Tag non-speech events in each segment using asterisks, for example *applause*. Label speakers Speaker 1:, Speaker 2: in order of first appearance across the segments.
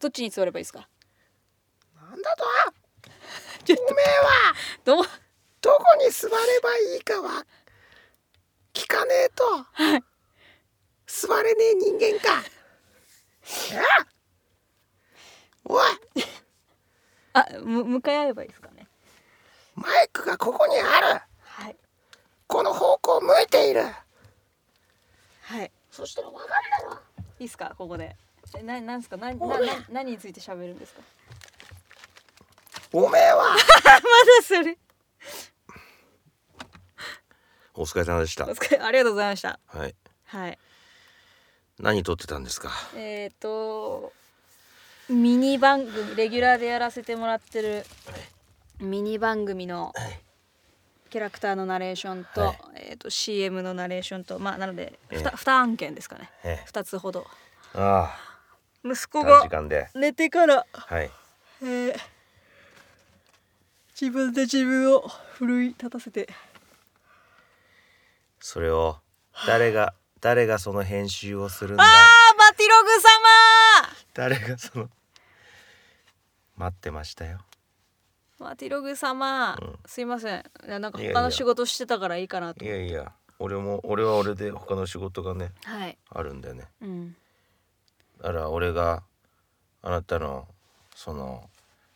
Speaker 1: どっちに座ればいいですか
Speaker 2: なんだと
Speaker 1: ちょっ
Speaker 2: おめえは
Speaker 1: どう *laughs* も
Speaker 2: どこに座ればいいかは聞かねえと、座れねえ人間かあおい
Speaker 1: あむ向かい合えばいいですかね
Speaker 2: マイクがここにある
Speaker 1: はい
Speaker 2: この方向向いている
Speaker 1: はい
Speaker 2: そしたらわかるだろ
Speaker 1: いいですかここでえななんですかなな
Speaker 2: お
Speaker 1: ない何について喋るんです *laughs* か
Speaker 2: おめえは
Speaker 1: まだそれ
Speaker 3: お疲れ様でした
Speaker 1: お。疲れありがとうございました
Speaker 3: はい。
Speaker 1: はい
Speaker 3: 何撮ってたんですか。
Speaker 1: えっ、ー、とミニ番組レギュラーでやらせてもらってるミニ番組のキャラクターのナレーションと,、
Speaker 3: はい
Speaker 1: えー、と CM のナレーションとまあなので 2,
Speaker 3: ええ
Speaker 1: 2案件ですかね
Speaker 3: え
Speaker 1: 2つほど
Speaker 3: え、あ
Speaker 1: 息
Speaker 3: あ、
Speaker 1: 子
Speaker 3: 短
Speaker 1: が
Speaker 3: 時間で。
Speaker 1: 寝てから、
Speaker 3: はい。
Speaker 1: えー自分で自分を奮い立たせて
Speaker 3: それを誰が誰がその編集をするん
Speaker 1: あ
Speaker 3: だい。
Speaker 1: あマティログ様
Speaker 3: 誰がその待ってましたよ。
Speaker 1: マティログ様、
Speaker 3: うん
Speaker 1: すいませんいやなんか
Speaker 3: いやい
Speaker 1: 他
Speaker 3: や
Speaker 1: の仕事してたからいいかなと
Speaker 3: いやいや、俺も俺は俺で他の仕事がね
Speaker 1: はい
Speaker 3: あるんだよね。
Speaker 1: うん
Speaker 3: だから俺があなたのその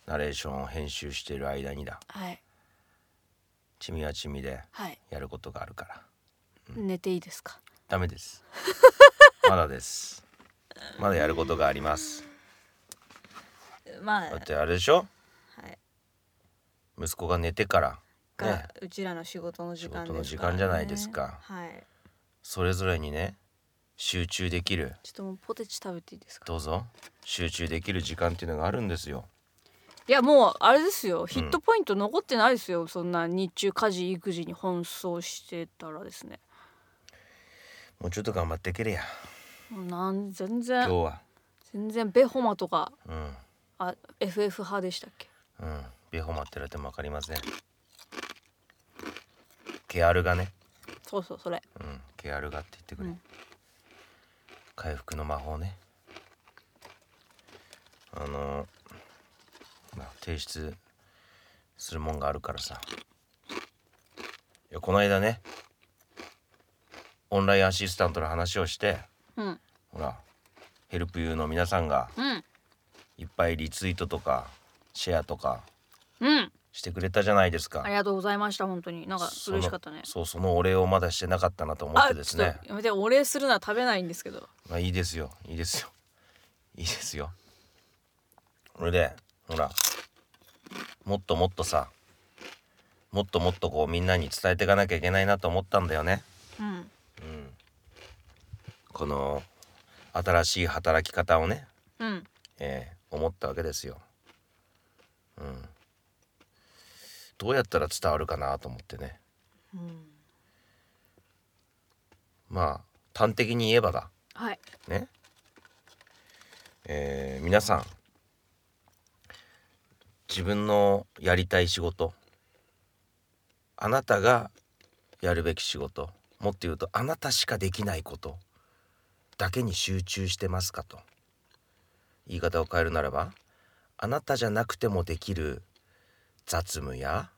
Speaker 3: ナレーションを編集してる間にだ。
Speaker 1: はい
Speaker 3: チミはチミで
Speaker 1: はい
Speaker 3: やることがあるから。
Speaker 1: 寝ていいですか
Speaker 3: ダメ *laughs* です。まだです。まだやることがあります。
Speaker 1: まあ
Speaker 3: だってあれでしょ
Speaker 1: はい
Speaker 3: 息子が寝てから
Speaker 1: が、
Speaker 3: ね
Speaker 1: うちらの仕事の時間ですから、ね、
Speaker 3: 仕事の時間じゃないですか
Speaker 1: はい
Speaker 3: それぞれにね集中できる
Speaker 1: ちょっともうポテチ食べていいですか
Speaker 3: どうぞ集中できる時間っていうのがあるんですよ
Speaker 1: いやもうあれですよヒットポイント残ってないですよ、そんな日中家事育児に奔走してたらですね
Speaker 3: もうちょっと頑張ってけれや
Speaker 1: もうなん全
Speaker 3: 今日
Speaker 1: 然
Speaker 3: は
Speaker 1: 全然ベホマとか
Speaker 3: うん
Speaker 1: あ FF 派でしたっけ
Speaker 3: うんビホマってられても分かりませんケアルがね
Speaker 1: そうそうそれ
Speaker 3: うんケアルがって言ってくれ、
Speaker 1: うん
Speaker 3: 回復の魔法ねあのまあ提出するもんがあるからさいやこの間ねオンラインアシスタントの話をして
Speaker 1: うん
Speaker 3: ほらヘルプユーの皆さんが
Speaker 1: うん
Speaker 3: いっぱいリツイートとかシェアとか
Speaker 1: うん
Speaker 3: してくれたじゃないですか
Speaker 1: ありがとうございました本当になんか
Speaker 3: その
Speaker 1: 嬉しかったね
Speaker 3: そうそのお礼をまだしてなかったなと思っ
Speaker 1: あ
Speaker 3: てですね
Speaker 1: ちょっとやめてお礼するのは食べないんですけど
Speaker 3: まあいいですよいいですよいいですよそれでほらもっともっとさもっともっとこうみんなに伝えていかなきゃいけないなと思ったんだよね
Speaker 1: うん
Speaker 3: この新しい働き方をね、
Speaker 1: うん
Speaker 3: えー思ったわけですようんどうやったら伝わるかなと思ってね
Speaker 1: うん
Speaker 3: まあ端的に言えばだ
Speaker 1: はい
Speaker 3: ねえー皆さん自分のやりたい仕事あなたがやるべき仕事もっと言うとあなたしかできないことだけに集中してますかと言い方を変えるならばあなたじゃなくてもできる雑務や、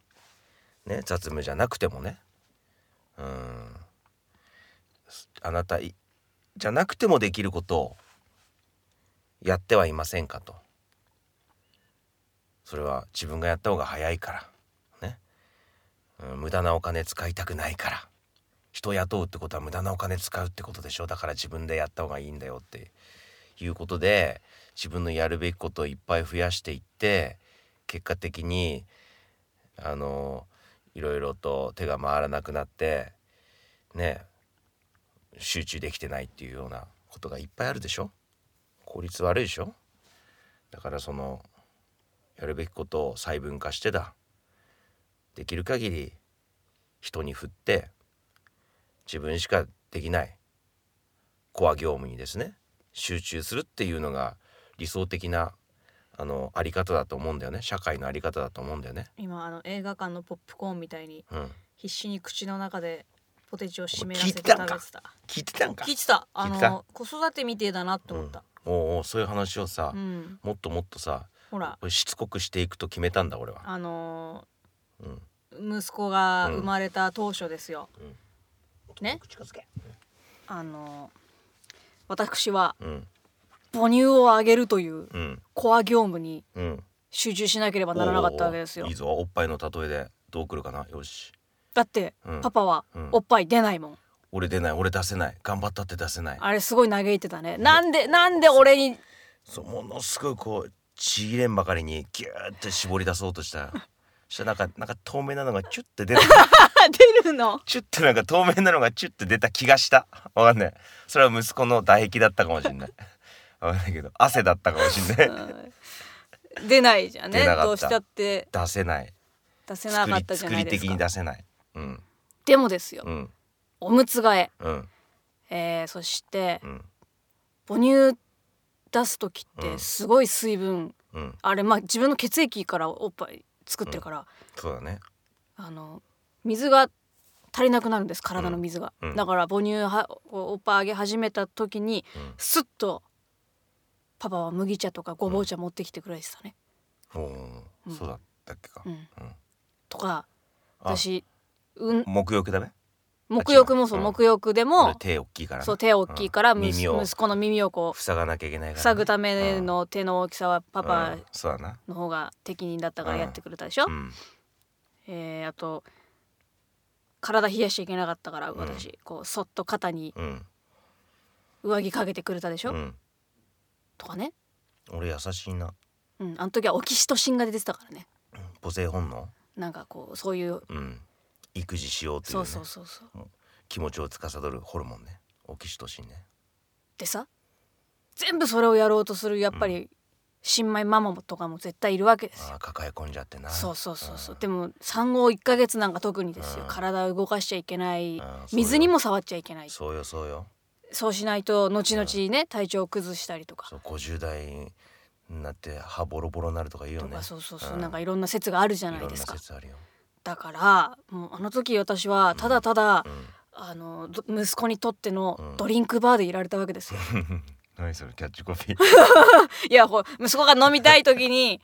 Speaker 3: ね、雑務じゃなくてもねうんあなたいじゃなくてもできることをやってはいませんかとそれは自分がやった方が早いからね、うん、無駄なお金使いたくないから人雇うってことは無駄なお金使うってことでしょだから自分でやった方がいいんだよっていうことで自分のやるべきことをいっぱい増やしていって結果的にあのいろいろと手が回らなくなってね集中できてないっていうようなことがいっぱいあるでしょ効率悪いでしょだからそのやるべきことを細分化してだできる限り人に振って自分しかできないコア業務にですね集中するっていうのが理想的なあのあり方だと思うんだよね社会のあり方だと思うんだよね。
Speaker 1: 今あの映画館のポップコーンみたいに
Speaker 3: うん、
Speaker 1: 必死に口の中でポテチを湿ら
Speaker 3: お前
Speaker 1: せ
Speaker 3: 聞い
Speaker 1: て
Speaker 3: て
Speaker 1: 食べ
Speaker 3: たんか
Speaker 1: てた
Speaker 3: 聞いてたんか
Speaker 1: 聞いてたあ
Speaker 3: 聞いてた
Speaker 1: の子育てみてえだなって思った、
Speaker 3: うんおうおうそういう話をさ、
Speaker 1: うん、
Speaker 3: もっともっとさ
Speaker 1: ほら
Speaker 3: しつこくしていくと決めたんだ俺は。
Speaker 1: あの
Speaker 3: うん、
Speaker 1: ー息子が生まれた当初ですよ、ね
Speaker 3: 口近づけ。
Speaker 1: あのー私は
Speaker 3: うん
Speaker 1: 母乳をあげるという
Speaker 3: うん
Speaker 1: コア業務に
Speaker 3: うん。
Speaker 1: 集中しなければならなかったわけですよ
Speaker 3: おうおういいぞおっぱいの例えでどうくるかなよし。
Speaker 1: だって、
Speaker 3: うん
Speaker 1: パパは
Speaker 3: うん
Speaker 1: おっぱい出ないもん
Speaker 3: 俺出ない俺出せない頑張ったって出せない。
Speaker 1: あれすごい嘆いてたねなんでなんで俺に *laughs*
Speaker 3: そうものすごいこうちぎれんばかりにギューって絞り出そうとした。
Speaker 1: *laughs*
Speaker 3: そしたらなんかなんか透明なのがチュッて出た。 *laughs*
Speaker 1: 出るの
Speaker 3: チュッてなんか透明なのがチュッて出た気がした。わかんない。それは息子の唾液だったかもしれ
Speaker 1: *laughs*
Speaker 3: ない。わかんないけど汗だったかもしれない。
Speaker 1: 出ないじゃんね
Speaker 3: 出なかった
Speaker 1: どうしたって
Speaker 3: 出せない。
Speaker 1: 出せな
Speaker 3: 作
Speaker 1: か
Speaker 3: り
Speaker 1: ったじゃ
Speaker 3: 作
Speaker 1: ないで
Speaker 3: り的
Speaker 1: す
Speaker 3: に
Speaker 1: か
Speaker 3: 出せない。うん
Speaker 1: でもですよ、
Speaker 3: うん
Speaker 1: おむつ替え
Speaker 3: うん
Speaker 1: えーそして
Speaker 3: うん
Speaker 1: 母乳出す時っ
Speaker 3: う
Speaker 1: て
Speaker 3: ん
Speaker 1: すごい水分、
Speaker 3: うん
Speaker 1: あれまあ自分の血液からおっぱい作ってるから、
Speaker 3: そうだね。
Speaker 1: あの水が足りなくなるんです体の水が、
Speaker 3: うんうん
Speaker 1: だから母乳はおおっぱいあげ始めた時に
Speaker 3: うん
Speaker 1: スッとパパは麦茶とかごぼう茶持ってきてくれてたね、
Speaker 3: おお、
Speaker 1: うん
Speaker 3: そうだったっけか。
Speaker 1: うん
Speaker 3: うん
Speaker 1: とか
Speaker 3: あ
Speaker 1: 私うん
Speaker 3: 沐浴だね。
Speaker 1: 沐浴もそう
Speaker 3: うん
Speaker 1: 沐浴で
Speaker 3: 俺
Speaker 1: も
Speaker 3: 手大きいからね。
Speaker 1: そう手大きいから
Speaker 3: うん
Speaker 1: むす
Speaker 3: 耳を
Speaker 1: 息子の耳をこう
Speaker 3: 塞がなきゃいけないからね。
Speaker 1: 塞ぐための手の大きさはパ
Speaker 3: う
Speaker 1: パ
Speaker 3: んそうだな。
Speaker 1: の方が適任だったからやってくれたでしょ、
Speaker 3: うん
Speaker 1: えーあと体冷やしちゃいけなかったから
Speaker 3: ん
Speaker 1: 私、こうそっと肩に
Speaker 3: うん
Speaker 1: 上着かけてくれたでし
Speaker 3: う
Speaker 1: ょ、
Speaker 3: ん。
Speaker 1: とかね、
Speaker 3: 俺優しいな。
Speaker 1: うん、あの時はオキシトシンが出てたからね
Speaker 3: 母性本能。
Speaker 1: なんかこうそういう
Speaker 3: うん。育児しようという
Speaker 1: そ
Speaker 3: ね
Speaker 1: うそうそうそう
Speaker 3: 気持ちを司るホルモンね。オキシトシンね。
Speaker 1: でさ全部それをやろうとするやっぱり新米ママもとかも絶対いるわけです
Speaker 3: あ
Speaker 1: よ
Speaker 3: あ抱え込んじゃってな。
Speaker 1: そうそうそうそう
Speaker 3: うん
Speaker 1: でも産後1ヶ月なんか特にですよ
Speaker 3: うん
Speaker 1: 体を動かしちゃいけない
Speaker 3: あそうよ
Speaker 1: 水にも触っちゃいけない
Speaker 3: そうよそうよ。
Speaker 1: そうしないと後々ね体調を崩したりとか
Speaker 3: そう五十代になって歯ボロボロになるとか言うよ
Speaker 1: と
Speaker 3: ね
Speaker 1: か。そうそうそう
Speaker 3: うん
Speaker 1: なんかいろんな説があるじ
Speaker 3: じ
Speaker 1: ゃないですか
Speaker 3: いろんな説あるよ。
Speaker 1: だからもうあの時私はただただ
Speaker 3: う
Speaker 1: あのど息子にとって
Speaker 3: う
Speaker 1: の
Speaker 3: ん
Speaker 1: ドリンクバーでいられたわけですよ
Speaker 3: ん。何それキャッチコピー。
Speaker 1: いやこう息子が飲みたい時
Speaker 3: *laughs*
Speaker 1: に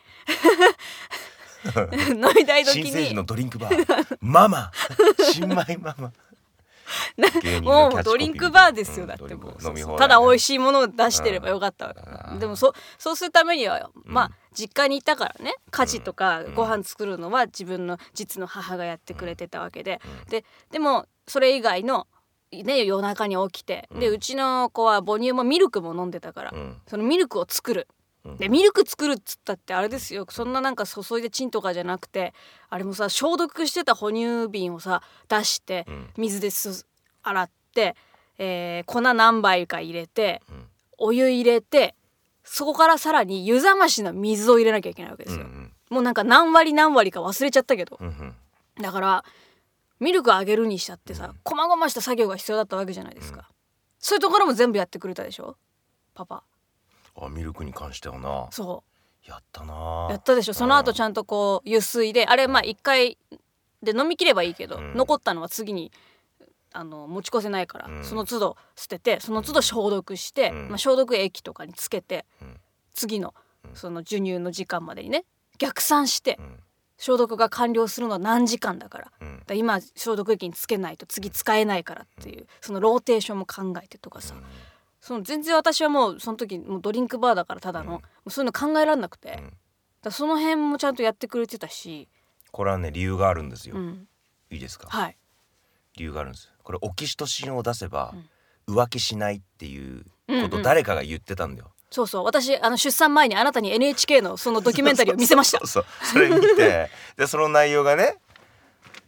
Speaker 1: 飲みたい時
Speaker 3: 新生児
Speaker 1: に
Speaker 3: のドリンクバーママ新米マ
Speaker 1: *laughs*
Speaker 3: マ芸人の
Speaker 1: も
Speaker 3: キャッチコピーみたいな
Speaker 1: うドリンクバーですよ、
Speaker 3: うん
Speaker 1: だって
Speaker 3: ドリンク
Speaker 1: も
Speaker 3: バ
Speaker 1: う
Speaker 3: ー
Speaker 1: そう
Speaker 3: 飲み
Speaker 1: そ
Speaker 3: 放
Speaker 1: う
Speaker 3: 題
Speaker 1: ただ美味
Speaker 3: しい
Speaker 1: しいものを出してればよかったわけ、
Speaker 3: うん
Speaker 1: でもそそうするためにはまあ、
Speaker 3: うん
Speaker 1: 実家にいたからね家事とか
Speaker 3: うん
Speaker 1: ご飯作るのは自分の実の母がやってくれてたわけで、
Speaker 3: うん
Speaker 1: ででもそれ以外の、ね、夜中に起きて、で
Speaker 3: うん
Speaker 1: うちの子は母乳もミルクも飲んでたから、
Speaker 3: うん
Speaker 1: そのミルクを作る
Speaker 3: うん
Speaker 1: でミルク作るっつったってあれですよそんななんか注いでチンとかじゃなくてあれもさ消毒してた哺乳瓶をさ出して
Speaker 3: うん
Speaker 1: 水です洗って、えー粉何杯か入れて
Speaker 3: うん
Speaker 1: お湯入れてそこからさらに湯冷ましの水を入れなきゃいけないわけで
Speaker 3: うん
Speaker 1: す
Speaker 3: う
Speaker 1: よ、
Speaker 3: ん
Speaker 1: もうなんか何割何割か忘れちゃったけど
Speaker 3: うんうん
Speaker 1: だからミルクあげるにしたってさ
Speaker 3: うん
Speaker 1: 細々した作業が必要だったわけじゃないですか、そういうところも全部やってくれたでしょパパ
Speaker 3: あミルクに関してはな
Speaker 1: そう
Speaker 3: やったな
Speaker 1: やったでしょその後ちゃんとこう油水であれまあ一回で飲み切ればいいけど、
Speaker 3: うん
Speaker 1: 残ったのは次にあの持ち越せないから、
Speaker 3: うん
Speaker 1: その都度捨ててその都度消毒して、
Speaker 3: うん
Speaker 1: まあ、消毒液とかにつけて、
Speaker 3: うん
Speaker 1: 次の
Speaker 3: うん
Speaker 1: その授乳の時間までにね逆算して
Speaker 3: うん
Speaker 1: 消毒が完了するのは何時間だからだか
Speaker 3: うん
Speaker 1: ら今消毒液につけないと次使えないからっていうそのローテーションも考えてとかさ、その全然私はもうその時もうドリンクバーだからただの、
Speaker 3: うん
Speaker 1: もうそういうの考えられなくて。
Speaker 3: うん
Speaker 1: だからその辺もちゃんとやってくれてたし、
Speaker 3: これはね理由があるんですよ
Speaker 1: うん、
Speaker 3: いいですか
Speaker 1: はい、
Speaker 3: 理由があるんですこれオキシトシンを出せば
Speaker 1: うん
Speaker 3: 浮気しないっていうこ
Speaker 1: うんう
Speaker 3: と
Speaker 1: ん
Speaker 3: 誰かが言ってたんだよ
Speaker 1: そうそう、私あの出産前にあなたに NHK のそのドキュメンタリーを見せました。
Speaker 3: *laughs* そうそうそれ見て
Speaker 1: *laughs*
Speaker 3: でその内容がね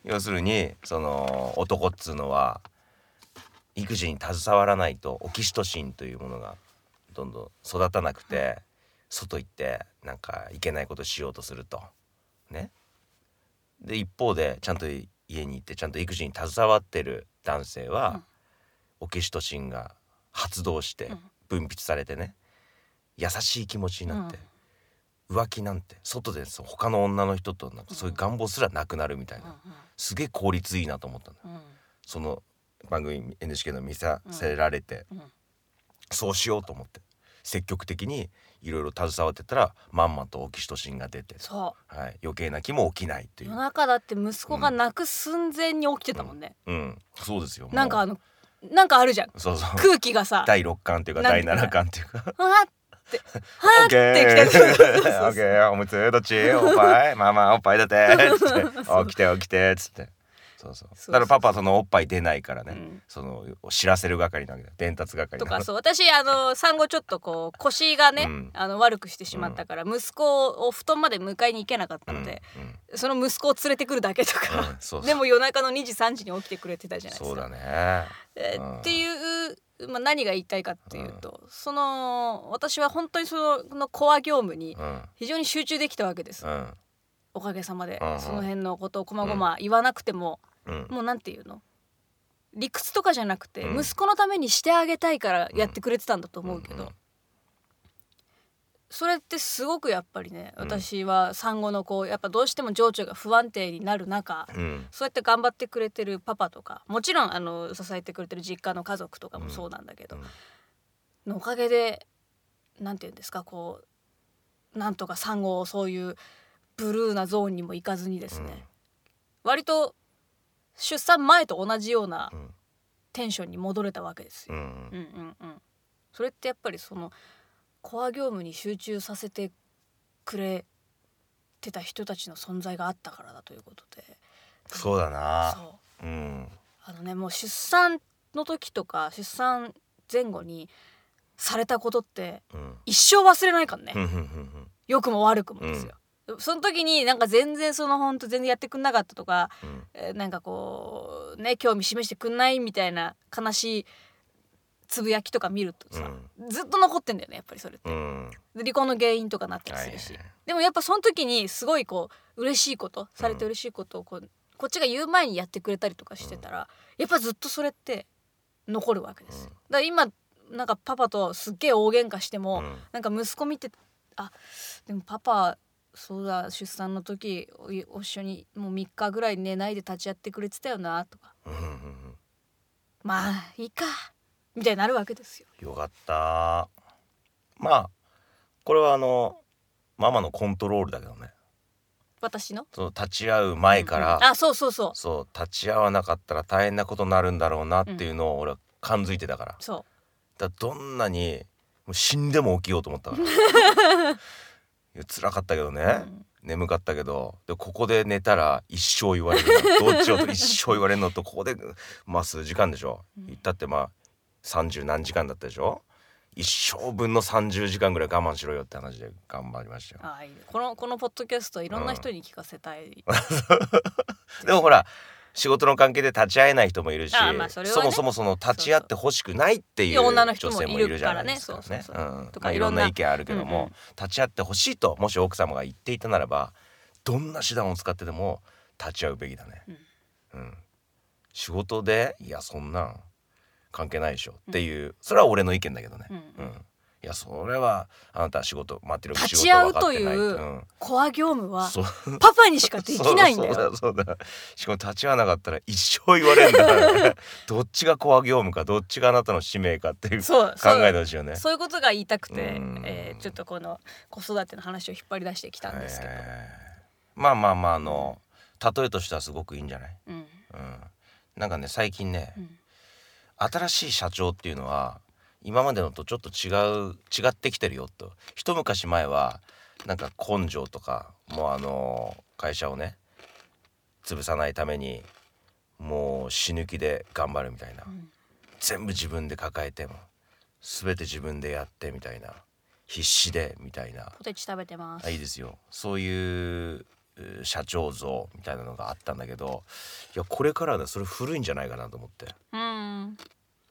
Speaker 3: 要するにその男っつうのは育児に携わらないとオキシトシンというものがどんどん育たなくて外行ってなんかいけないことしようとするとねで一方でちゃんと家に行ってちゃんと育児に携わってる男性は、オキシトシンが発動して
Speaker 1: うん
Speaker 3: 分泌されてね優しい気持ちになって、浮気なんて外でその他の女の人となんかそういう願望すらなくなるみたいな、すげえ効率いいなと思ったの
Speaker 1: うん
Speaker 3: その番組 NHK の見させられて、
Speaker 1: うんうん
Speaker 3: そうしようと思って積極的にいろいろ携わってたらまんまとオキシトシンが出て、
Speaker 1: そ
Speaker 3: はい、余計な気も起きないと
Speaker 1: う
Speaker 3: い
Speaker 1: 夜
Speaker 3: う、
Speaker 1: 中だって息子が泣く寸前に起きてたもんね、
Speaker 3: うん、そうですよもう
Speaker 1: なんかあのなんかあるじゃん
Speaker 3: そうそう
Speaker 1: 空気がさ「
Speaker 3: 第六巻というか
Speaker 1: なん
Speaker 3: 第七巻というか
Speaker 1: あっ!」って「はっ!」ってき
Speaker 3: オッケ
Speaker 1: て
Speaker 3: *laughs* ーオッケーおむつどっちおっ
Speaker 1: *laughs*
Speaker 3: ぱいママおっぱいだってつって起きて起きてつってそうそう
Speaker 1: そう
Speaker 3: だからパパはそのおっぱい出ないからね、
Speaker 1: うん
Speaker 3: その知らせる係なわけだよ伝達係
Speaker 1: と
Speaker 3: なわ
Speaker 1: か
Speaker 3: け
Speaker 1: そう私あの産後ちょっとこう腰がね、
Speaker 3: うん
Speaker 1: あの悪くしてしまったから、息子を布団まで迎えに行けなかったので、
Speaker 3: うんうん
Speaker 1: その息子を連れてくるだけとか、 *laughs*
Speaker 3: うんそうそう
Speaker 1: でも夜中の2時3時に起きてくれてたじゃないですか。
Speaker 3: そうだね
Speaker 1: えー
Speaker 3: うん
Speaker 1: っていう、まあ、何が言いたいかっていうと、その私は本当にそのこのコア業務に
Speaker 3: うん
Speaker 1: 非常に集中できたわけです、
Speaker 3: うん
Speaker 1: おかげさまで、
Speaker 3: うんうん
Speaker 1: その辺のことをこまごま言わなくても、
Speaker 3: うん
Speaker 1: もうなんていうの理屈とかじゃなくて、
Speaker 3: うん
Speaker 1: 息子のためにしてあげたいからやってくれてたんだと思うけど、
Speaker 3: うんうん
Speaker 1: それってすごくやっぱりね
Speaker 3: うん
Speaker 1: 私は産後のこうやっぱどうしても情緒が不安定になる中、
Speaker 3: うん
Speaker 1: そうやって頑張ってくれてるパパとかもちろんあの支えてくれてる実家の家族とかもそうなんだけど、のおかげでなんていうんですかこうなんとか産後そういうブルーなゾーンにも行かずにですね、割と出産前と同じような
Speaker 3: うんうん
Speaker 1: テンションに戻れたわけです
Speaker 3: う
Speaker 1: よ。
Speaker 3: ん
Speaker 1: うんうんうん、それってやっぱりそのコア業務に集中させてくれてた人たちの存在があったからだということで
Speaker 3: そうだな
Speaker 1: そう
Speaker 3: うん
Speaker 1: あのねもう出産の時とか出産前後にされたことって
Speaker 3: うん
Speaker 1: 一生忘れないからね、
Speaker 3: うんうんうん
Speaker 1: 良くも悪くもですよ。その時になんか全然そのほんと全然やってくんなかったとか
Speaker 3: うん
Speaker 1: えーなんかこうね興味示してくんないみたいな悲しいつぶやきとか見るとさ、ずっと残ってんだよねやっぱりそれって、
Speaker 3: うん
Speaker 1: で離婚の原因とかなったりするし、
Speaker 3: はいはいはい
Speaker 1: でもやっぱその時にすごいこう嬉しいことされて嬉しいことをこう、こっちが言う前にやってくれたりとかしてたら、やっぱずっとそれって残るわけですよ、
Speaker 3: うん
Speaker 1: だから今なんかパパとすっげえ大喧嘩しても、
Speaker 3: うん
Speaker 1: なんか息子見てあでもパパそうだ出産の時お一緒にもう3日ぐらい寝ないで立ち会ってくれてたよなとか
Speaker 3: うんうんうん
Speaker 1: まあいいかみたいになるわけですよ。
Speaker 3: よかったまあこれはあのママのコントロールだけどね
Speaker 1: 私の
Speaker 3: その立ち会う前から、
Speaker 1: うんうんあそうそうそう
Speaker 3: そう立ち会わなかったら大変なことになるんだろうなっていうのを俺は感づいてたから、
Speaker 1: そ
Speaker 3: だからどんなにもう死んでも起きようと思ったからい
Speaker 1: *laughs*
Speaker 3: や辛かったけどね、
Speaker 1: う、うん
Speaker 3: 眠かったけどでここで寝たら一生言われる
Speaker 1: *laughs*
Speaker 3: などっちをと一生言われるのとここでまあ数時間でしょ
Speaker 1: うん
Speaker 3: 言ったってまあ30何時間だったでしょ一生分の30時間ぐらい我慢しろよって話で頑張りましたよ
Speaker 1: あいいねこのこのポッドキャストはいろんな人に聞かせたい、
Speaker 3: でもほら仕事の関係で立ち会えない人もいるし
Speaker 1: ああまあそれはね
Speaker 3: もそもその立ち会ってほしくないって
Speaker 1: い
Speaker 3: いう
Speaker 1: や女の
Speaker 3: 女
Speaker 1: 人も
Speaker 3: 性もいるじゃないですか
Speaker 1: いるから
Speaker 3: ね
Speaker 1: ねそうそうそう
Speaker 3: うん
Speaker 1: とか
Speaker 3: まあ
Speaker 1: い
Speaker 3: い
Speaker 1: ろ
Speaker 3: ろ
Speaker 1: ん
Speaker 3: ん
Speaker 1: な
Speaker 3: な意見あるけど
Speaker 1: うんう
Speaker 3: も
Speaker 1: ん
Speaker 3: 立ち会ってほしいともし奥様が言っていたならばどんな手段を使ってでも立ち会うべきだね。うん仕事でいやそんなん関係ないでしょっていうそれは俺の意見だけどね。
Speaker 1: うん
Speaker 3: うんいやそれはあなた仕事待ってる
Speaker 1: 立
Speaker 3: 仕
Speaker 1: ち
Speaker 3: 事は
Speaker 1: 会う
Speaker 3: 分かっ
Speaker 1: とい
Speaker 3: てない。
Speaker 1: う
Speaker 3: うん
Speaker 1: コア業務は
Speaker 3: そう
Speaker 1: パパにしかできないんだよ
Speaker 3: そうだそうだそうだしかも立ち会わなかったら一生言われるんだから、ね、どっちがコア業務かどっちがあなたの使命かっていう考
Speaker 1: そうそう
Speaker 3: えてほしいよね
Speaker 1: そういうことが言いたくて
Speaker 3: うん、
Speaker 1: えーちょっとこの子育ての話を引っ張り出してきたんですけど、
Speaker 3: えーまあまあまああの例えとしてはすごくいいんじゃない、
Speaker 1: うん
Speaker 3: うん、なんかね最近ね、
Speaker 1: うん
Speaker 3: 新しい社長っていうのは今までのとちょっと違う違ってきてるよと一昔前はなんか根性とかもうあの会社をね潰さないためにもう死ぬ気で頑張るみたいな、
Speaker 1: ん
Speaker 3: 全部自分で抱えても全て自分でやってみたいな必死でみたいな
Speaker 1: ポテチ食べてます
Speaker 3: あいいですよそういうえー社長像みたいなのがあったんだけどいやこれからはねそれ古いんじゃないかなと思って。
Speaker 1: うん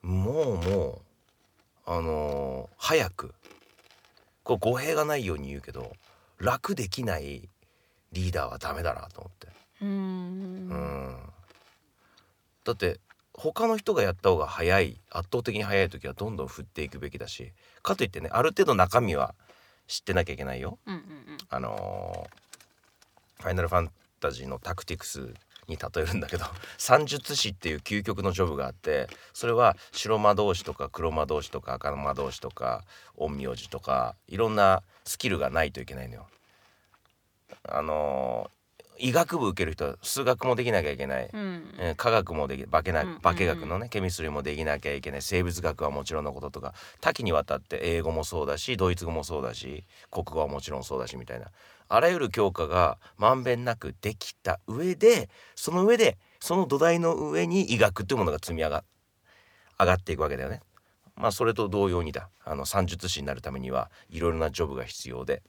Speaker 3: もうもうあのー早くこれ語弊がないように言うけど楽できないリーダーはダメだなと思って
Speaker 1: う
Speaker 3: うんんだって他の人がやった方が早い圧倒的に早い時はどんどん振っていくべきだしかといってねある程度中身は知ってなきゃいけないよ
Speaker 1: うんうん
Speaker 3: あのーファイナルファンタジーのタクティクスに例えるんだけど *laughs* 算術師っていう究極のジョブがあってそれは白魔導士とか黒魔導士とか赤魔導士とか陰陽師とかいろんなスキルがないといけないのよ。あのー医学部受ける人は数学もできなきゃいけない、
Speaker 1: うん
Speaker 3: えー科学もでき化けな
Speaker 1: うん
Speaker 3: 化学のねケミストリーもできなきゃいけない生物学はもちろんのこととか多岐にわたって英語もそうだしドイツ語もそうだし国語はもちろんそうだしみたいなあらゆる教科がまんべんなくできた上でその上でその土台の上に医学というものが積み上が上がっていくわけだよね。まあそれと同様にだあの算術師になるためにはいろいろなジョブが必要で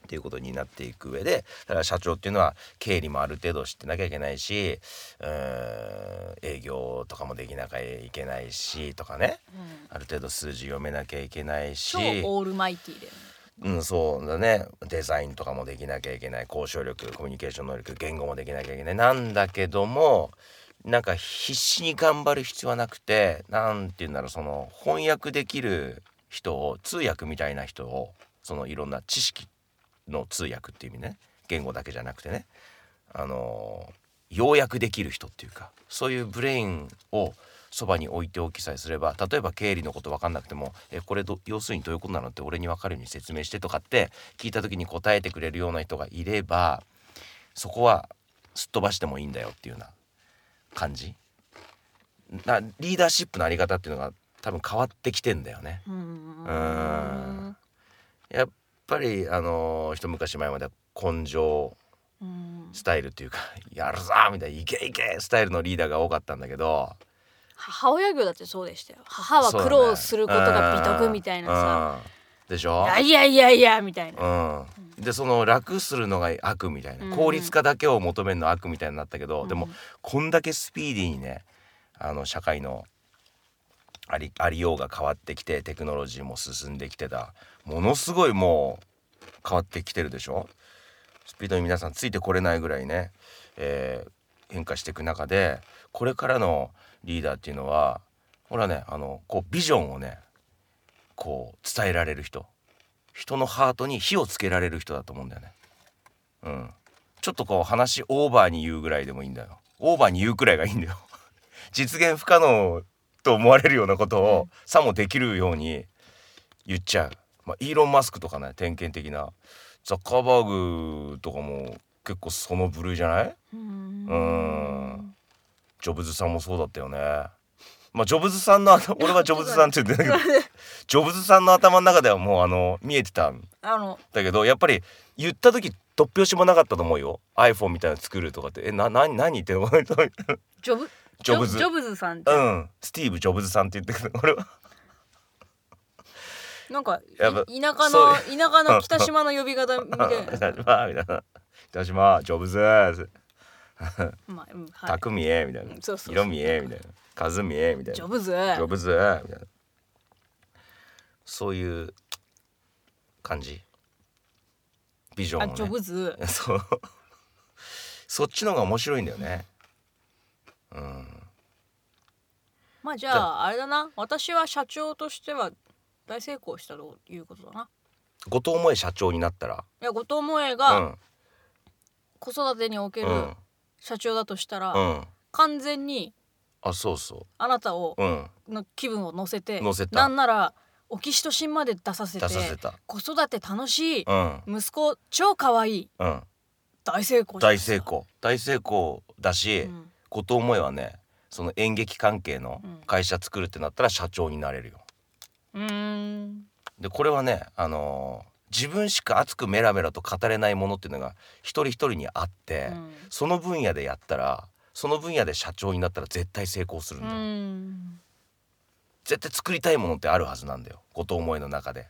Speaker 3: っていうことになっていく上でだから社長っていうのは経理もある程度知ってなきゃいけないしうーん営業とかもできなきゃいけないしとかね
Speaker 1: うん
Speaker 3: ある程度数字読めなきゃいけないし
Speaker 1: 超オールマイティーで
Speaker 3: うん、そうだねデザインとかもできなきゃいけない交渉力コミュニケーション能力言語もできなきゃいけないなんだけどもなんか必死に頑張る必要はなくてなんて言うんだろうその翻訳できる人を通訳みたいな人をそのいろんな知識の通訳っていう意味ね言語だけじゃなくてねあの要約できる人っていうかそういうブレインをそばに置いておきさえすれば例えば経理のこと分かんなくても「えこれど要するにどういうことなの?」って俺に分かるように説明してとかって聞いた時に答えてくれるような人がいればそこはすっ飛ばしてもいいんだよっていうような感じなリーダーシップのあり方っていうのが多分変わってきてんだよね。
Speaker 1: うん
Speaker 3: うんやっぱりあのー一昔前までは根性
Speaker 1: うん
Speaker 3: スタイルっていうか *laughs* 「やるぞ!」みたいな「いけいけ!」スタイルのリーダーが多かったんだけど
Speaker 1: 母親業だってそうでしたよ母は
Speaker 3: そうだ
Speaker 1: 苦
Speaker 3: ね
Speaker 1: 労することが美徳みたいなさ、
Speaker 3: うんでしょ
Speaker 1: いやいやいやいやみたいな、
Speaker 3: うん、でその楽するのが悪みたい
Speaker 1: うん
Speaker 3: な効率化だけを求めるの悪みたいになったけど、で
Speaker 1: う
Speaker 3: も
Speaker 1: ん
Speaker 3: こんだけスピーディーにねあの社会のありありようが変わってきてテクノロジーも進んできてだものすごいもう変わってきてるでしょスピードに皆さんついてこれないぐらいね、えー変化していく中でこれからのリーダーっていうのはほらねあのこうビジョンをねこう伝えられる人人のハートに火をつけられる人だと思うんだよね。うん、ちょっとこう話オーバーに言うぐらいでもいいんだよオーバーに言うくらいがいいんだよ *laughs* 実現不可能と思われるようなことをさもできるように言っちゃう、まあ、イーロン・マスクとかね典型的なザッカーバーグとかも結構その部類じゃない
Speaker 1: うん
Speaker 3: うんジョブズさんもそうだったよねまあジョブズさんのあの俺はジョブズさんって言ってんだけどジョブズさんの頭の中ではもうあの見えてたん
Speaker 1: あの
Speaker 3: だけどやっぱり言った時突拍子もなかったと思うよ iPhone みたいなの作るとかってえな何何言ってんの *laughs*
Speaker 1: ジョブ
Speaker 3: ジョブズ
Speaker 1: ジョブズさんって
Speaker 3: うんスティーブ・ジョブズさんって言ってくる俺は
Speaker 1: なんかい
Speaker 3: やっぱ
Speaker 1: 田舎
Speaker 3: そ
Speaker 1: の
Speaker 3: う
Speaker 1: 田舎の北島の呼び方み
Speaker 3: 「
Speaker 1: たい
Speaker 3: い
Speaker 1: な
Speaker 3: たしま」みたいな「いたしま」「ジョブズ」
Speaker 1: まあ、うん
Speaker 3: 「
Speaker 1: はい
Speaker 3: た、くみえ」みたいな
Speaker 1: うんそうそうそう
Speaker 3: 「色みえ」みたいな「かずみえ」みたいな「
Speaker 1: ジョブズ
Speaker 3: ジョブズ」みたいなそういう感じビジョンを
Speaker 1: あ
Speaker 3: ね
Speaker 1: ジョブズ
Speaker 3: *laughs* そうそっちの方が面白いんだよねうん
Speaker 1: まあじゃああれだな私は社長としては大成功したということだな
Speaker 3: 後藤萌社長になったら
Speaker 1: いや後藤萌え
Speaker 3: う
Speaker 1: が
Speaker 3: ん
Speaker 1: 子育てにおける
Speaker 3: うん
Speaker 1: 社長だとしたら、
Speaker 3: うん
Speaker 1: 完全に
Speaker 3: あそうそ
Speaker 1: あなたを
Speaker 3: ううん
Speaker 1: の気分を乗せて
Speaker 3: 乗せた
Speaker 1: なんならオキシトシンまで出させて
Speaker 3: 出させた
Speaker 1: 子育て楽しい、
Speaker 3: うん
Speaker 1: 息子超可愛い
Speaker 3: うん
Speaker 1: 大成功じゃないで
Speaker 3: 大
Speaker 1: すか
Speaker 3: 成、功大成功だし、
Speaker 1: うん
Speaker 3: 後藤萌はねその演劇関係の
Speaker 1: うん
Speaker 3: 会社作るってなったら社長になれるよ
Speaker 1: うーん
Speaker 3: でこれはねあのー自分しか熱くメラメラと語れないものっていうのが一人一人にあって、
Speaker 1: うん
Speaker 3: その分野でやったらその分野で社長になったら絶対成功するん
Speaker 1: う
Speaker 3: だよ、
Speaker 1: ん
Speaker 3: 絶対作りたいものってあるはずなんだよ後藤思いの中で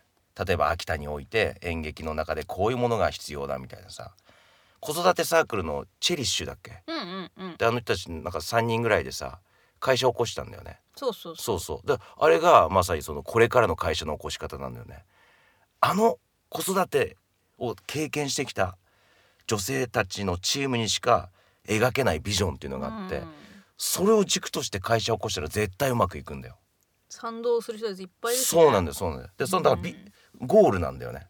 Speaker 3: 例えば秋田において演劇の中でこういうものが必要だみたいなさ子育てサークルのチェリッシュだっけ
Speaker 1: うんうんうん
Speaker 3: であの人たちなんか3人ぐらいでさ会社起こしたんだよね
Speaker 1: そうそうそう
Speaker 3: そうそうであれがまさにそのこれからの会社の起こし方なんだよねあの子育てを経験してきた女性たちのチームにしか描けないビジョンっていうのがあって、
Speaker 1: うん
Speaker 3: それを軸として会社を起こしたら絶対うまくいくんだよ
Speaker 1: 賛同する人たちいっぱいいるしね
Speaker 3: そうなんだよそうなんだよでそのだから、びゴールなんだよね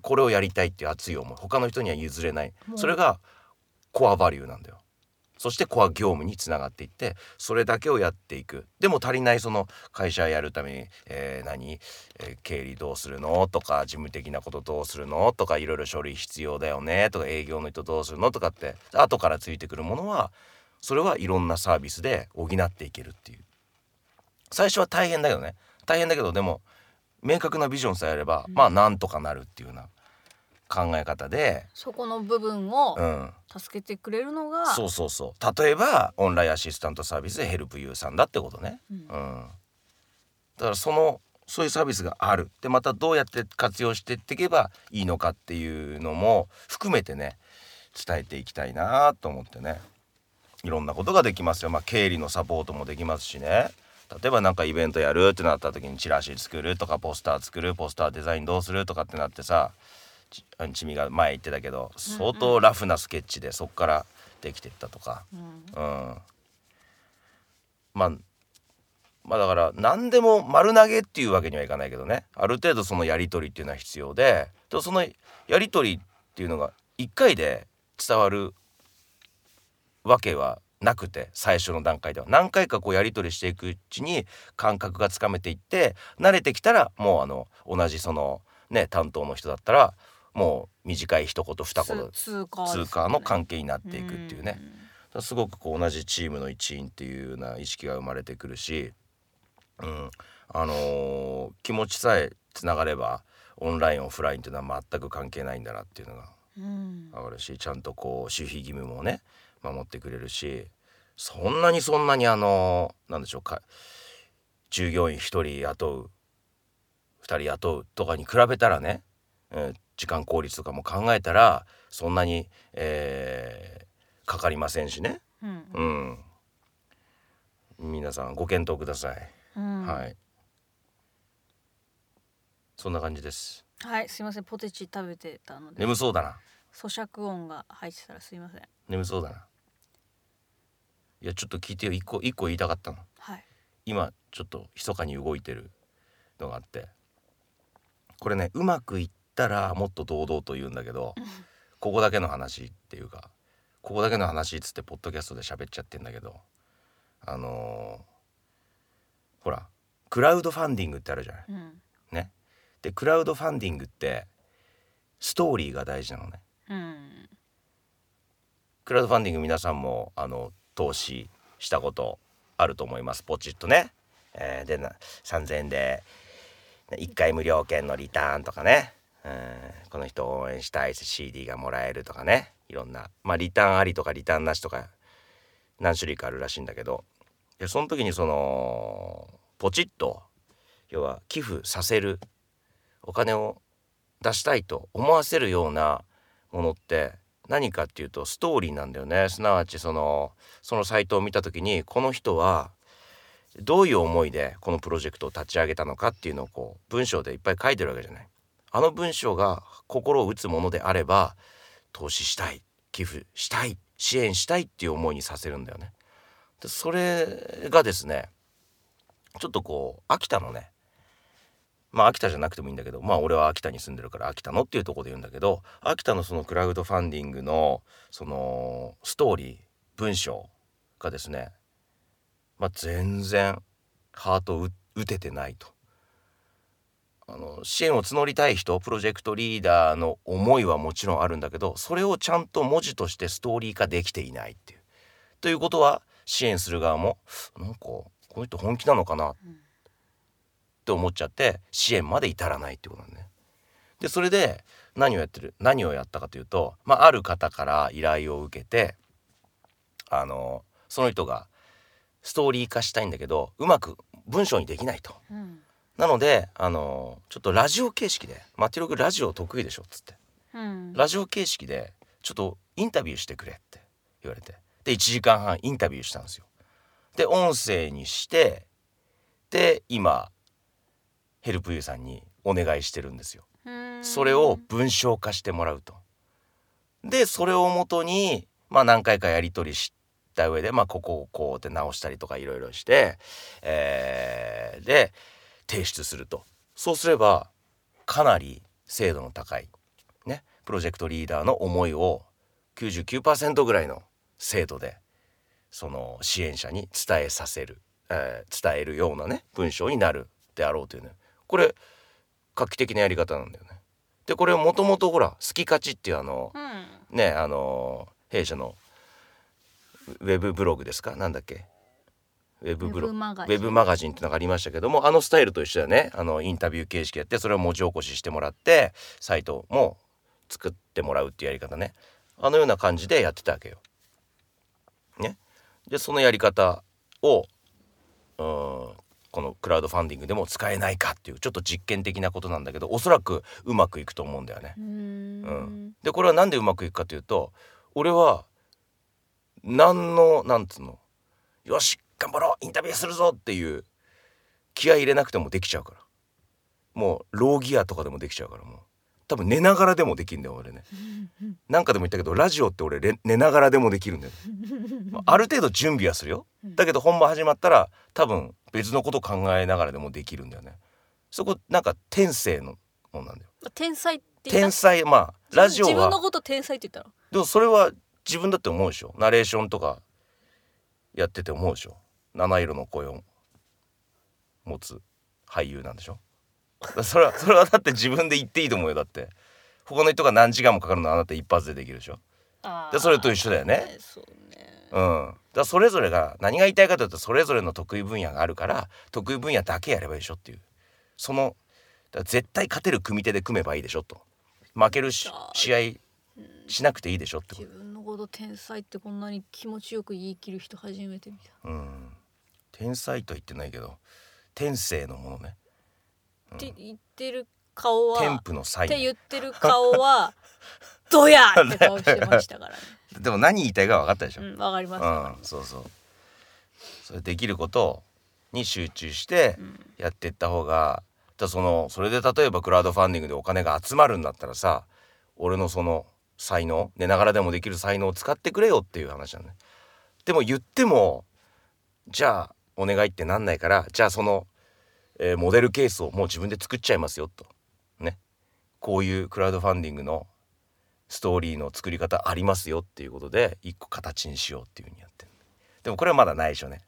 Speaker 3: これをやりたいっていう熱い思い他の人には譲れない
Speaker 1: もう
Speaker 3: それがコアバリューなんだよそしてコア業務につながっていってそれだけをやっていくでも足りないその会社やるために、えー何、えー経理どうするのとか事務的なことどうするのとかいろいろ書類必要だよねとか営業の人どうするのとかって後からついてくるものはそれはいろんなサービスで補っていけるっていう最初は大変だけどね大変だけどでも明確なビジョンさえあれば、まあなんとかなるっていうような考え方で、
Speaker 1: そこの部分を
Speaker 3: うん、
Speaker 1: 助けてくれるのが、
Speaker 3: そうそうそう例えばオンラインアシスタントサービスでヘルプユーさんだってことね、
Speaker 1: うん
Speaker 3: うん、だからそのそういうサービスがあるでまたどうやって活用していっていけばいいのかっていうのも含めてね伝えていきたいなと思ってねいろんなことができますよ、まあ、経理のサポートもできますしね例えばなんかイベントやるってなった時にチラシ作るとかポスター作るポスターデザインどうするとかってなってさちあちみが前言ってたけど相当ラフなスケッチでそっからできてったとか、
Speaker 1: うん
Speaker 3: うん、まあまあだから何でも丸投げっていうわけにはいかないけどねある程度そのやり取りっていうのは必要ででもそのやり取りっていうのが1回で伝わるわけはなくて最初の段階では何回かこうやり取りしていくうちに感覚がつかめていって慣れてきたらもうあの同じそのね担当の人だったらもう短い一言二言
Speaker 1: つ通貨ですよね
Speaker 3: 通貨の関係になっていくっていうね
Speaker 1: う。ん
Speaker 3: だからすごくこう同じチームの一員っていうような意識が生まれてくるし、うんあのー気持ちさえつながればオンラインオフラインっていうのは全く関係ないんだなっていうのが
Speaker 1: うん
Speaker 3: 上がるしちゃんとこう守秘義務もね守ってくれるしそんなにそんなにあのなんでしょうか従業員1人雇う2人雇うとかに比べたらね、えー時間効率とかも考えたらそんなに、えーかかりませんしね、
Speaker 1: うん
Speaker 3: うん、皆さんご検討ください、
Speaker 1: うん
Speaker 3: は
Speaker 1: はい
Speaker 3: そんな感じです
Speaker 1: いすいませんポテチ食べてたので
Speaker 3: 眠そうだな
Speaker 1: 咀嚼音が入ってたらすいません
Speaker 3: 眠そうだないやちょっと聞いてよ一個一個言いたかったの
Speaker 1: はい
Speaker 3: 今ちょっと密かに動いてるのがあってこれねうまくいったらもっと堂々と言うんだけどここだけの話っていうかここだけの話っつってポッドキャストで喋っちゃってんだけどあのーほらクラウドファンディングってあるじゃない。
Speaker 1: うん
Speaker 3: ね、でクラウドファンディングってストーリーが大事なのね。
Speaker 1: うん
Speaker 3: クラウドファンディング皆さんもあの投資したことあると思いますポチッとね、えーでな3,000円で1回無料券のリターンとかね、えーこの人を応援したい CD がもらえるとかねいろんな、まあ、リターンありとかリターンなしとか何種類かあるらしいんだけどでその時にそのポチッと要は寄付させるお金を出したいと思わせるようなものって何かっていうとストーリーなんだよねすなわちそのそのサイトを見た時にこの人はどういう思いでこのプロジェクトを立ち上げたのかっていうのをこう文章でいっぱい書いてるわけじゃない。あの文章が心を打つものであれば投資したい寄付したい支援したいっていう思いにさせるんだよね。でそれがですねちょっとこう秋田のねまあ秋田じゃなくてもいいんだけどまあ俺は秋田に住んでるから秋田のっていうところで言うんだけど秋田のそのクラウドファンディングのそのストーリー文章がですねまあ全然ハートを打打ててないと。あの支援を募りたい人プロジェクトリーダーの思いはもちろんあるんだけどそれをちゃんと文字としてストーリー化できていないっていう。ということは支援する側もなんかこの人本気なのかなって思っちゃって支援まで至らないってことなんだね。でそれで何をやってる何をやったかというと、まあ、ある方から依頼を受けてあのその人がストーリー化したいんだけどうまく文章にできないと。
Speaker 1: うん
Speaker 3: なのであのちょっとラジオ形式で「マティログラジオ得意でしょ」っつって
Speaker 1: うん
Speaker 3: ラジオ形式でちょっとインタビューしてくれって言われてで1時間半インタビューしたんですよ。で音声にしてで今ヘルプユーさんにお願いしてるんですよ。
Speaker 1: うん
Speaker 3: それを文章化してもらうと。でそれをもとに、まあ、何回かやり取りした上で、まあ、ここをこうって直したりとかいろいろして、えーで提出すると。そうすればかなり精度の高い、ね、プロジェクトリーダーの思いを99%ぐらいの精度でその支援者に伝えさせる、えー伝えるようなね文章になるであろうというねこれ画期的なやり方なんだよね。でこれもともとほら「好き勝ち」っていうあの
Speaker 1: うん
Speaker 3: ねあの弊社のウェブブログですかなんだっけウェブブロ
Speaker 1: ウェブ
Speaker 3: グ
Speaker 1: マガ
Speaker 3: ウ
Speaker 1: ジン
Speaker 3: ェブマガジンってのがありましたけどもあのスタイルと一緒だよねあのインタビュー形式やってそれを文字起こししてもらってサイトも作ってもらうっていうやり方ねあのような感じでやってたわけよ。ね、でそのやり方をうーんこのクラウドファンディングでも使えないかっていうちょっと実験的なことなんだけどおそらくうまくいくと思うんだよね。
Speaker 1: うーん
Speaker 3: でこれはなんでうまくいくかというと俺は何のなんつうのよし頑張ろうインタビューするぞっていう気合い入れなくてもできちゃうからもうローギアとかでもできちゃうからもう多分寝ながらでもできるんだよ俺ねなんかでも言ったけどラジオって俺れ寝ながらでもできるんだよ、まあ、ある程度準備はするよだけど本番始まったら多分別のこと考えながらでもできるんだよねそこなんか天性のもんなんだよ
Speaker 1: 天才って言
Speaker 3: 天
Speaker 1: った
Speaker 3: 才まあラジオ
Speaker 1: 自分
Speaker 3: は
Speaker 1: のこと天才って言ったの
Speaker 3: でもそれは自分だって思うでしょナレーションとかやってて思うでしょ七色の声を持つ俳優なんでしょだからそれはそれはだって自分で言っていいと思うよだって他の人が何時間もかかるのあなた一発でできるでしょ
Speaker 1: あー
Speaker 3: でそれと一緒だよね
Speaker 1: そうね
Speaker 3: うんだからそれぞれが何が言いたいかというとそれぞれの得意分野があるから得意分野だけやればいいでしょっていうそのだから絶対勝てる組手で組めばいいでしょと負けるし試合しなくていいでしょってこと
Speaker 1: 自分のこと天才ってこんなに気持ちよく言い切る人初めて見た
Speaker 3: うん、天才とは言ってないけど天性のものね
Speaker 1: って言ってる顔
Speaker 3: 天
Speaker 1: は
Speaker 3: 賦の才
Speaker 1: って
Speaker 3: ね
Speaker 1: 言ってる顔は *laughs* ドヤーって顔してましたから
Speaker 3: *laughs*
Speaker 1: ね。
Speaker 3: でも何言いたいか分かったでしょ、
Speaker 1: う
Speaker 3: うん
Speaker 1: ん、わかります。わかります
Speaker 3: そうそうそれできることに集中して
Speaker 1: うん
Speaker 3: やっていった方がだそのそれで例えばクラウドファンディングでお金が集まるんだったらさ俺のその才能寝ながらでもできる才能を使ってくれよっていう話なのねでも言ってもじゃあお願いってなんないからじゃあその、えーモデルケースをもう自分で作っちゃいますよとねこういうクラウドファンディングのストーリーの作り方ありますよっていうことで一個形にしようっていうふうにやってるでもこれはまだないでしょうね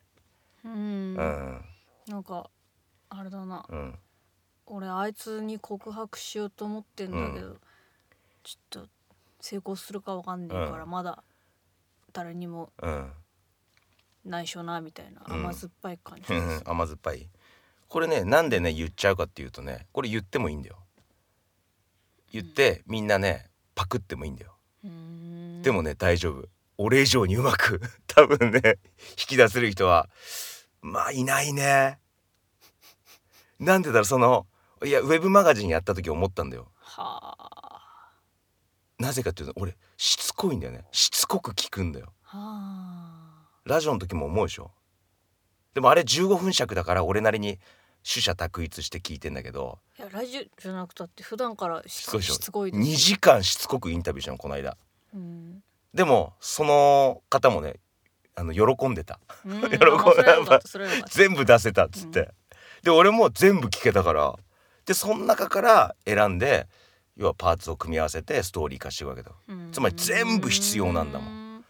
Speaker 1: うん
Speaker 3: う、ん
Speaker 1: なんかあれだな。
Speaker 3: うん
Speaker 1: 俺あいつに告白しようと思ってんだけど、ちょっと成功するかわかんねえから、
Speaker 3: うん
Speaker 1: まだ誰にも
Speaker 3: うん
Speaker 1: 内緒なみたいな
Speaker 3: うん
Speaker 1: 甘酸っぱい感じ
Speaker 3: う
Speaker 1: で
Speaker 3: ん
Speaker 1: す。
Speaker 3: 甘酸っぱいこれねなんでね言っちゃうかっていうとねこれ言ってもいいんだよ言ってみんなねパクってもいいんだよ
Speaker 1: うーん
Speaker 3: でもね大丈夫俺以上にうまく *laughs* 多分ね引き出せる人はまあいないねなんでだろうそのいやウェブマガジンやった時思ったんだよ
Speaker 1: はあ
Speaker 3: なぜかっていうと俺しつこいんだよねしつこく聞くんだよ
Speaker 1: はあ
Speaker 3: ラジオの時も思うでしょでもあれ15分尺だから俺なりに取捨択一して聞いてんだけど
Speaker 1: いやラジオじゃなくたって普段からし
Speaker 3: しつこいでしょ
Speaker 1: しつこいです
Speaker 3: 2時間しつこくインタビューしたのこの間
Speaker 1: うん、
Speaker 3: でもその方もねあの喜んでた
Speaker 1: うん
Speaker 3: *laughs* 喜ぶ
Speaker 1: あまあそれはよかったそれはよかった
Speaker 3: 全部出せたっつって、
Speaker 1: うん
Speaker 3: で俺も全部聞けたからでその中から選んで要はパーツを組み合わせてストーリー化していくわけだ
Speaker 1: うん
Speaker 3: つまり全部必要なんだも
Speaker 1: ん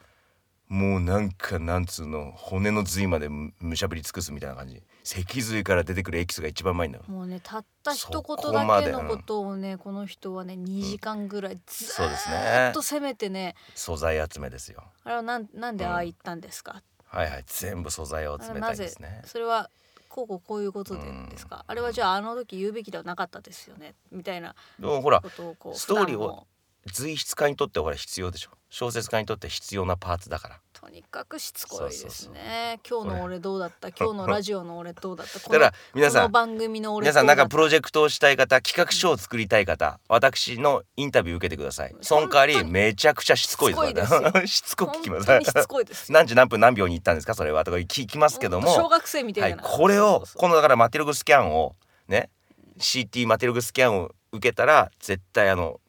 Speaker 3: もうなんかなんつうの骨の髄までむむしゃぶり尽くすみたいな感じ脊髄から出てくるエキスが一番うまいんだよ
Speaker 1: もうねたった一
Speaker 3: そこ
Speaker 1: 言
Speaker 3: ま
Speaker 1: だ
Speaker 3: で
Speaker 1: けのことをねこの人はね2時間ぐらいず
Speaker 3: そうです
Speaker 1: ー
Speaker 3: ね
Speaker 1: っと攻めてね
Speaker 3: 素材集めですよ
Speaker 1: あれはなんなんで
Speaker 3: うん
Speaker 1: ああ言ったんですか、
Speaker 3: はいはい全部素材を
Speaker 1: あ
Speaker 3: 集
Speaker 1: れ
Speaker 3: めた
Speaker 1: ない
Speaker 3: で
Speaker 1: ぜ
Speaker 3: すね
Speaker 1: それはこうこうこういうことでですか、あれはじゃああの時言うべきではなかったですよねみたいな
Speaker 3: でもほら
Speaker 1: ことをこう
Speaker 3: ストーリーを
Speaker 1: 普段も
Speaker 3: 随筆家にとってはほら必要でしょ小説家にとって必要なパーツだから
Speaker 1: とにかくしつこい
Speaker 3: そう
Speaker 1: で
Speaker 3: そ
Speaker 1: す
Speaker 3: う
Speaker 1: ね今日の俺どうだった今日のラジオの俺どうだったこ
Speaker 3: だ
Speaker 1: の
Speaker 3: から皆
Speaker 1: こ
Speaker 3: さん
Speaker 1: の番組の俺
Speaker 3: 皆さんなん
Speaker 1: どうだ
Speaker 3: か
Speaker 1: った
Speaker 3: プロジェクトをしたい方企画書を作りたい方私のインタビュー受けてくださいその
Speaker 1: 本
Speaker 3: 代わり
Speaker 1: 当に
Speaker 3: めちゃくちゃしつこい
Speaker 1: し
Speaker 3: です
Speaker 1: つこいです
Speaker 3: *laughs* しつこく聞きま
Speaker 1: 本当にし
Speaker 3: す
Speaker 1: つこいです
Speaker 3: *laughs*
Speaker 1: よ
Speaker 3: 何時何分何秒に行ったんですかそれはとか聞きますけども
Speaker 1: 小学生みた
Speaker 3: はいい、
Speaker 1: な、
Speaker 3: これを
Speaker 1: そうそう
Speaker 3: このだからマテログスキャンをね CT マテログスキャンを受けたら絶対あの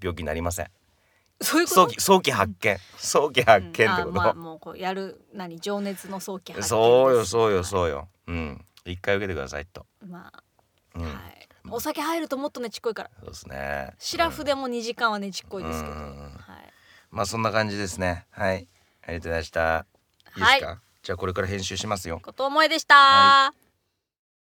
Speaker 3: 病気になりません
Speaker 1: そういうこと
Speaker 3: 早期早期発見早期発見ってこと、
Speaker 1: うんあまあもうこうやる何情熱の早期発見です
Speaker 3: そうよそうよそうようん一回受けてくださいと、
Speaker 1: まあ、
Speaker 3: うん
Speaker 1: はいお酒入るともっとねちっこいから
Speaker 3: そうですね
Speaker 1: シラフでも2時間はねちっこいですけど、
Speaker 3: うんうんうん
Speaker 1: はい
Speaker 3: まあそんな感じですねはいありがとうございましたいいですか、
Speaker 1: は
Speaker 3: じゃあこれから編集しますよ
Speaker 1: 後藤萌でした、
Speaker 3: は